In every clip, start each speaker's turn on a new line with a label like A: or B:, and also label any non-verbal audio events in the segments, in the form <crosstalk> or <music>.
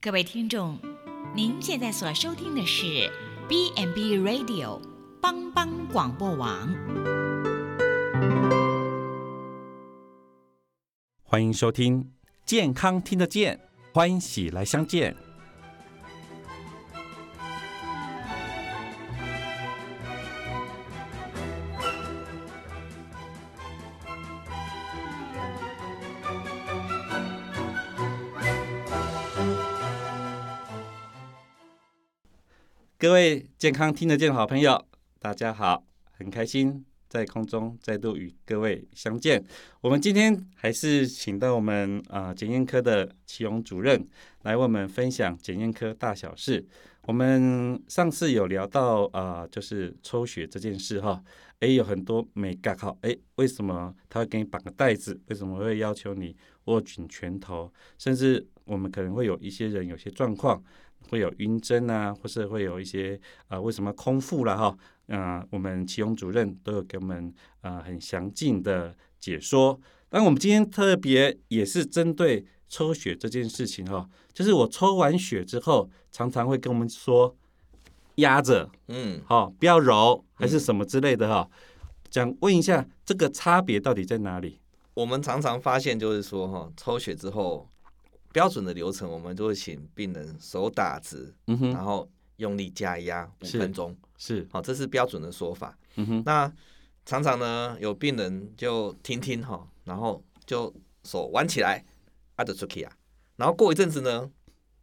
A: 各位听众，您现在所收听的是 B n B Radio 帮帮广播网。
B: 欢迎收听《健康听得见》，欢喜来相见。各位健康听得见的好朋友，大家好，很开心在空中再度与各位相见。我们今天还是请到我们啊检验科的齐荣主任来为我们分享检验科大小事。我们上次有聊到啊、呃就是抽血这件事哈，诶，有很多美感哈，诶，为什么他会给你绑个带子？为什么会要求你握紧拳头？甚至我们可能会有一些人有些状况，会有晕针啊，或是会有一些啊，为什么空腹了哈？啊、我们齐勇主任都有给我们啊很详尽的解说。那我们今天特别也是针对抽血这件事情哈、哦，就是我抽完血之后，常常会跟我们说压着，
C: 嗯，
B: 哈、不要揉，还是什么之类的哈、想问一下，这个差别到底在哪里？
C: 我们常常发现就是说哈，抽血之后标准的流程，我们就会请病人手打直，
B: 嗯哼，
C: 然后用力加压五
B: 是
C: 分钟，
B: 是，
C: 好，这是标准的说法。
B: 嗯哼，
C: 那常常呢，有病人就听听哈，然后就手弯起来，啊就出去啊，然后过一阵子呢，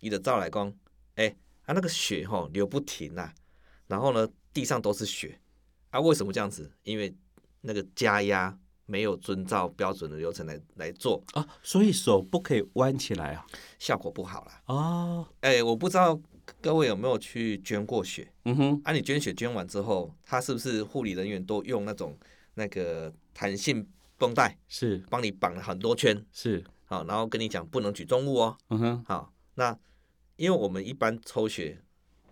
C: 伊的照来讲，哎、啊那个血哈流不停啊，然后呢地上都是血，啊为什么这样子？因为那个加压没有遵照标准的流程来来做，
B: 啊，所以手不可以弯起来啊。
C: 效果不好啦。
B: 哦，
C: 哎、我不知道各位有没有去捐过血
B: 嗯哼，
C: 啊？你捐血捐完之后，他是不是护理人员都用那种那个弹性绷带
B: 是
C: 帮你绑了很多圈？
B: 是，
C: 好，然后跟你讲不能举重物哦。
B: 嗯哼，
C: 好，那因为我们一般抽血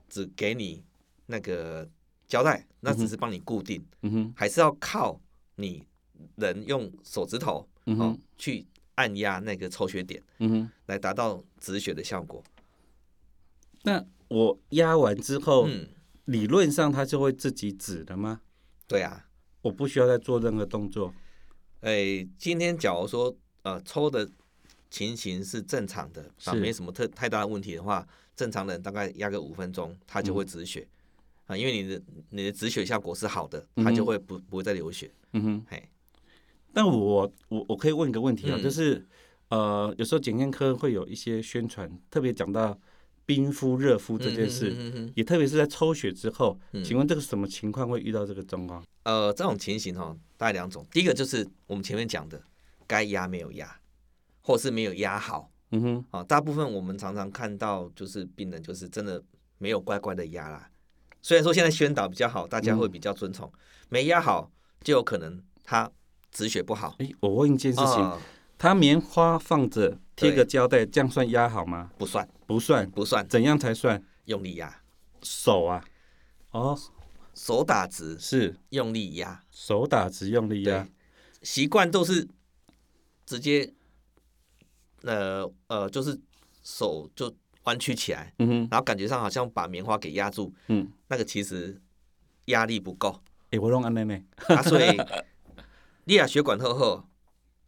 C: 只给你那个胶带，那只是帮你固定，
B: 嗯哼，
C: 还是要靠你人用手指头
B: 嗯
C: 哦
B: 哼，
C: 去按压那个抽血点，
B: 嗯哼。
C: 来达到止血的效果。
B: 那我压完之后，
C: 嗯，
B: 理论上它就会自己止的吗？
C: 对啊。
B: 我不需要再做任何动作。
C: 哎，今天假如说呃抽的情形是正常的，啊，
B: 是
C: 没什么特太大的问题的话，正常人大概压个五分钟，它就会
B: 嗯
C: 止血、啊，因为你的你的止血效果是好的，它
B: 嗯哼
C: 就会不不会再流血。
B: 嗯哼。
C: 嘿，
B: 但我我我可以问一个问题啊，
C: 嗯
B: 就是呃，有时候检验科会有一些宣传，特别讲到冰敷、热敷这件事，
C: 嗯哼嗯哼嗯哼
B: 也特别是在抽血之后，
C: 嗯
B: 请问这个什么情况会遇到这个状况？
C: 呃，这种情形哈、哦，大概两种，第一个就是我们前面讲的，该压没有压，或是没有压好
B: 嗯哼，
C: 啊。大部分我们常常看到就是病人就是真的没有乖乖的压啦。虽然说现在宣导比较好，大家
B: 嗯
C: 会比较遵从，没压好就有可能他止血不好。
B: 哎，我问一件事情，
C: 啊
B: 它棉花放着贴
C: 对
B: 个胶带，这样算压好吗？
C: 不算
B: 不算，
C: 不算
B: 怎样才算
C: 用力压，
B: 手啊？哦，
C: 手打直
B: 是
C: 用力压，
B: 手打直用力压
C: 对。习惯都是直接呃呃，就是手就弯曲起来，
B: 嗯哼，
C: 然后感觉上好像把棉花给压住，
B: 嗯，
C: 那个其实压力不够，
B: 哎，我弄安内内，
C: <laughs> 啊、所以裂牙血管厚厚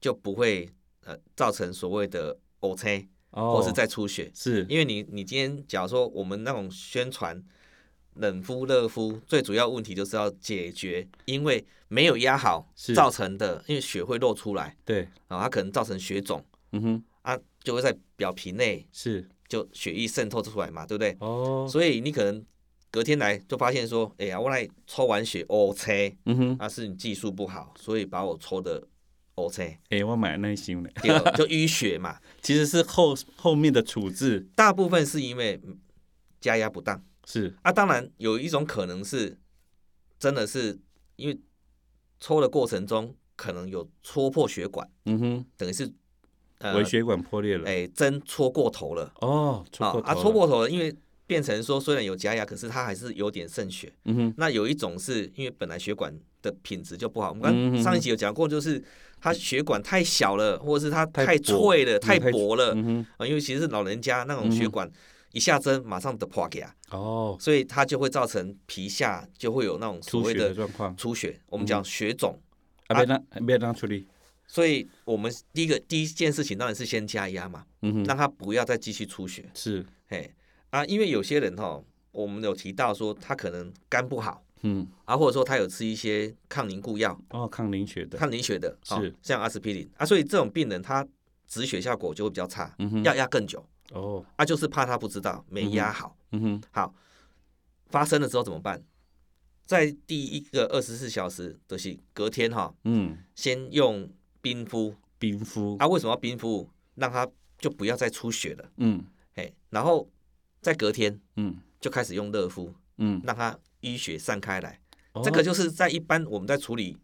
C: 就不会呃造成所谓的呕车
B: 哦，
C: 或是再出血，
B: 是
C: 因为你你今天假如说我们那种宣传冷敷热敷，最主要问题就是要解决因为没有压好
B: 是
C: 造成的，因为血会漏出来
B: 对，
C: 啊，它可能造成血肿
B: 嗯哼，
C: 啊，就会在表皮内
B: 是
C: 就血液渗透出来嘛，对不对？
B: 哦，
C: 所以你可能隔天来就发现说，哎呀，我来抽完血 O 车，
B: 嗯哼，
C: 啊，是你技术不好，所以把我抽的 O 车，
B: 哎，我买那一箱呢，
C: 第二就淤血嘛，
B: 其实是后后面的处置
C: 大部分是因为嗯加压不当
B: 是，
C: 啊。当然有一种可能是真的是因为抽的过程中可能有戳破血管，
B: 嗯哼，
C: 等于是呃
B: 微血管破裂了，
C: 哎针戳过头了
B: 哦，戳过
C: 啊，啊
B: 头
C: 戳
B: 了，
C: 过头了，因为变成说虽然有加压，可是它还是有点渗血。
B: 嗯哼，
C: 那有一种是因为本来血管的品质就不好。我
B: 嗯
C: 们刚
B: 哼
C: 上一集有讲过，就是它血管太小了，或者是它
B: 太
C: 太
B: 薄
C: 脆了、
B: 嗯
C: 太
B: 太
C: 薄了，
B: 嗯哼，
C: 啊，尤其是老人家那种血管一下针马上的破给啊，
B: 哦，
C: 所以它就会造成皮下就会有那种所
B: 出
C: 谓
B: 血的
C: 的
B: 状况，
C: 出血，我们
B: 嗯
C: 讲血肿。
B: 啊，别让别让处理，
C: 所以我们第一个第一件事情当然是先加压嘛，
B: 嗯
C: 让
B: 哼，
C: 它不要再继续出血。
B: 是，
C: 嘿，啊，因为有些人哈，我们有提到说他可能肝不好
B: 嗯，
C: 啊，或者说他有吃一些抗凝固药、
B: 哦，抗凝血的，
C: 抗凝血的，哦
B: 是
C: 像阿司匹林啊，所以这种病人他止血效果就会比较差，
B: 嗯哼
C: 要压更久
B: 哦，
C: 啊，就是怕他不知道没压好。
B: 嗯哼，
C: 好，发生了之后怎么办？在第一个二十四小时，就是隔天哈，
B: 嗯，
C: 先用冰敷
B: 冰敷，
C: 啊，为什么要冰敷？让它就不要再出血了，
B: 嗯
C: 嘿，然后在隔天
B: 嗯
C: 就开始用热敷，
B: 嗯，
C: 让它淤血散开来。这个
B: 就
C: 就是在一般我们在处理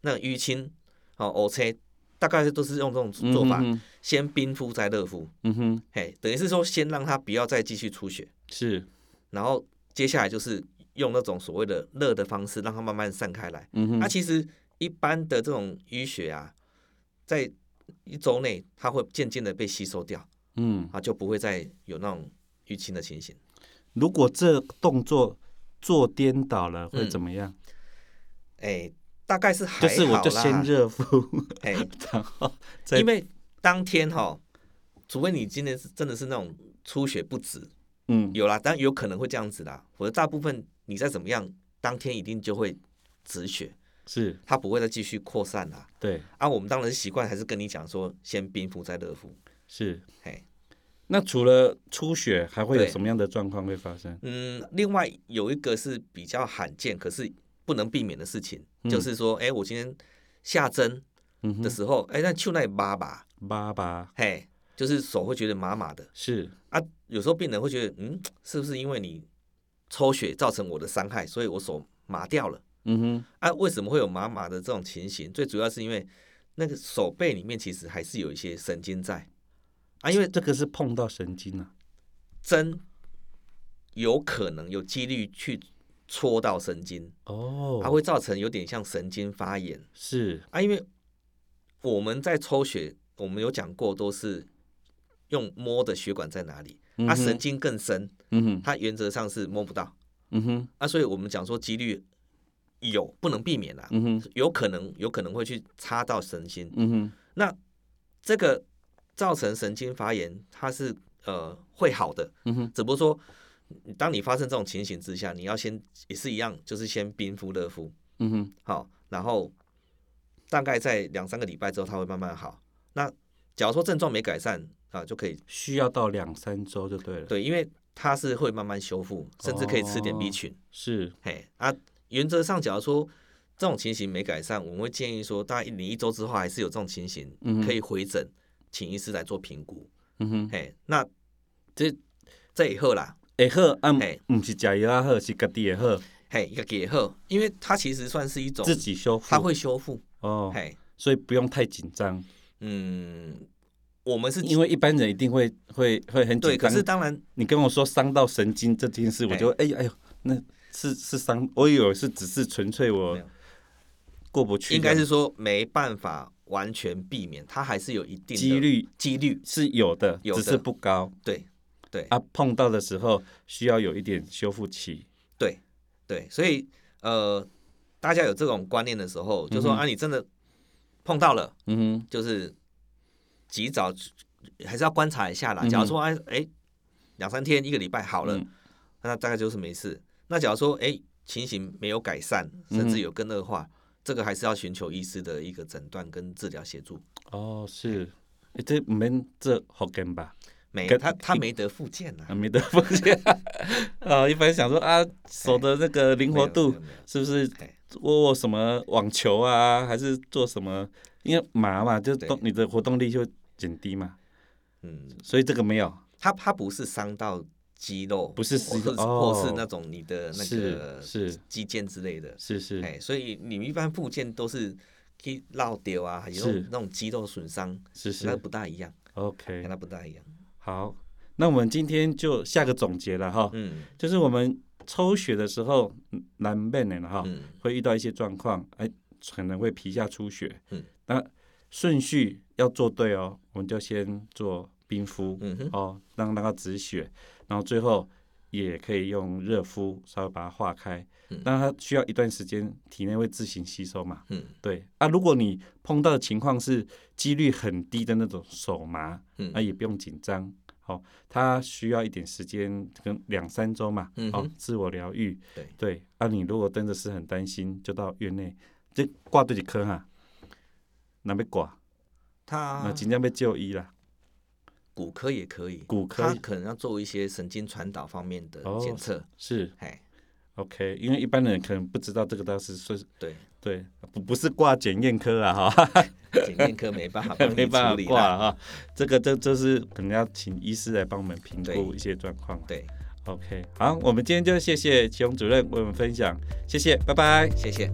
C: 那个淤青哦、O 车，大概都是用这种做法，
B: 嗯哼
C: 先冰敷再热敷，
B: 嗯哼，
C: 嘿，等于是说先让它不要再继续出血，
B: 是，
C: 然后接下来就是用那种所谓的热的方式，让它慢慢散开来。
B: 嗯
C: 那、
B: 哼，
C: 其实一般的这种淤血啊，在一周内它会渐渐的被吸收掉，啊
B: 嗯，
C: 它就不会再有那种淤青的情形。
B: 如果这动作做颠倒了会
C: 嗯
B: 怎么样？
C: 哎，大概是还好
B: 就是
C: 啦。
B: 我就先热敷，
C: 哎，
B: 然后再
C: 因为当天哈，除非你今天是真的是那种出血不止，
B: 嗯，
C: 有啦，但有可能会这样子啦。否则大部分你再怎么样，当天一定就会止血，
B: 是
C: 它不会再继续扩散啦。
B: 对，
C: 啊，我们当然是习惯还是跟你讲说，先冰敷再热敷。
B: 是。
C: 嘿，
B: 那除了出血，还会有
C: 对
B: 什么样的状况会发生？
C: 嗯，另外有一个是比较罕见，可是不能避免的事情，
B: 嗯
C: 就是说，哎、我今天下针
B: 嗯哼，
C: 的时候，哎、那去那里麻麻，
B: 疤疤
C: 嘿，就是手会觉得麻麻的。
B: 是，
C: 啊，有时候病人会觉得，嗯，是不是因为你抽血造成我的伤害，所以我手麻掉了？
B: 嗯哼，
C: 啊，为什么会有麻麻的这种情形？最主要是因为那个手背里面其实还是有一些神经在啊，因为
B: 这个是碰到神经啊了、
C: 针有可能有几率去戳到神经，
B: 哦，
C: 它会造成有点像神经发炎
B: 是，
C: 啊，因为我们在抽血，我们有讲过都是用摸的血管在哪里，
B: 嗯
C: 啊，
B: 哼
C: 神经更深，
B: 嗯哼，
C: 它原则上是摸不到。
B: 嗯哼，
C: 啊，所以我们讲说几率有不能避免啦、
B: 嗯哼，
C: 有可能有可能会去插到神经。
B: 嗯哼，
C: 那这个造成神经发炎，它是呃会好的，
B: 嗯哼，
C: 只不过说嗯当你发生这种情形之下，你要先也是一样，就是先冰敷热敷，
B: 嗯哼，
C: 好，然后大概在两三个礼拜之后，它会慢慢好。那假如说症状没改善啊，就可以
B: 需要到两三周就对了。，
C: 对，因为它是会慢慢修复，甚至可以吃点 B
B: 哦
C: 群。
B: 是，
C: 嘿啊，原则上假如说这种情形没改善，我们会建议说，大概一你一周之后还是有这种情形，
B: 嗯哼
C: 可以回诊，请医师来做评估。
B: 嗯哼，
C: 嘿，那
B: 这
C: 这以后啦，
B: 会好啊，
C: 嘿
B: 唔是食药啊好，是家己也好，
C: 嘿，一个给后，因为它其实算是一种
B: 自，己修复。
C: 它会修复。
B: 哦，
C: 嘿，
B: 所以不用太紧张，
C: 嗯，我们是
B: 因为一般人一定会会会很
C: 对，
B: 紧
C: 可
B: 张。
C: 是当然
B: 你跟我说伤到神经这件事，我就哎哎呦，那是是伤，我以为是只是纯粹我
C: 没有
B: 过不去，
C: 应该是说没办法完全避免，它还是有一定的
B: 几率
C: 几率。
B: 是有的，
C: 有的
B: 只是不高
C: 对对
B: 啊。碰到的时候需要有一点修复期，
C: 对对，所以呃，大家有这种观念的时候，就说、啊，你真的碰到了。
B: 嗯
C: 就是及早还是要观察一下啦。
B: 嗯哼
C: 假如说哎哎两三天一个礼拜好了，
B: 嗯
C: 那大概就是没事。那假如说哎情形没有改善，甚至有更恶化，
B: 嗯
C: 这个还是要寻求医师的一个诊断跟治疗协助。
B: 哼，哦是，诶这我们这好跟吧，
C: 没
B: 跟
C: 他他没得复健啦
B: 啊，没得风险 <laughs> 啊。一般想说啊，手的那个灵活度
C: 没有没有没有
B: 是不是
C: 哎
B: 握握什么网球啊，还是做什么？因为麻嘛，就
C: 对
B: 动你的活动力就减低嘛，
C: 嗯，
B: 所以这个没有。
C: 他他不是伤到。肌肉
B: 不是
C: 或
B: 肌
C: 是、
B: 哦
C: 或是那种你的那个
B: 是是
C: 肌腱之类的，
B: 是是，
C: 哎，所以你们一般附件都是去绕丢啊，有那
B: 是
C: 种那种肌肉损伤，
B: 是
C: 那哎
B: 是
C: 不大一样，
B: ，OK，
C: 那不大一样。
B: 好，那我们今天就下个总结了哈，
C: 嗯，
B: 就是我们抽血的时候嗯难免的哈，
C: 嗯
B: 会遇到一些状况，哎，可能会皮下出血。
C: 嗯，
B: 那顺序要做对哦，我们就先做冰敷，
C: 嗯哼，
B: 哦，让让它止血，然后最后也可以用热敷稍微把它化开，
C: 嗯
B: 但它需要一段时间，体内会自行吸收嘛。
C: 嗯
B: 对啊，如果你碰到的情况是几率很低的那种手麻，
C: 嗯
B: 啊也不用紧张，好、它需要一点时间，跟两三周嘛，
C: 嗯
B: 好、
C: 哼
B: 自我疗愈。
C: 对
B: 对，啊你如果真的是很担心，就到院内，这挂对几科哈，那要挂，那
C: 他
B: 尽量被就医啦。
C: 骨科也可以，
B: 骨科
C: 他可能要做一些神经传导方面的
B: 哦
C: 检测，
B: 是
C: 哎，
B: OK，因为一般人可能不知道这个倒是说是
C: 对，
B: 对，不不是挂检验科啊
C: <laughs>
B: 哈，
C: 检验科
B: <laughs>
C: 没办法帮你
B: 没办
C: 处
B: 法
C: 理
B: 挂
C: 啦，
B: 啊，这个这这是可能要请医师来帮我们评估
C: 对
B: 一些状况啊。
C: 对，
B: OK，好，我们今天就谢谢祁宏主任为我们分享，谢谢，拜拜。
C: 谢谢。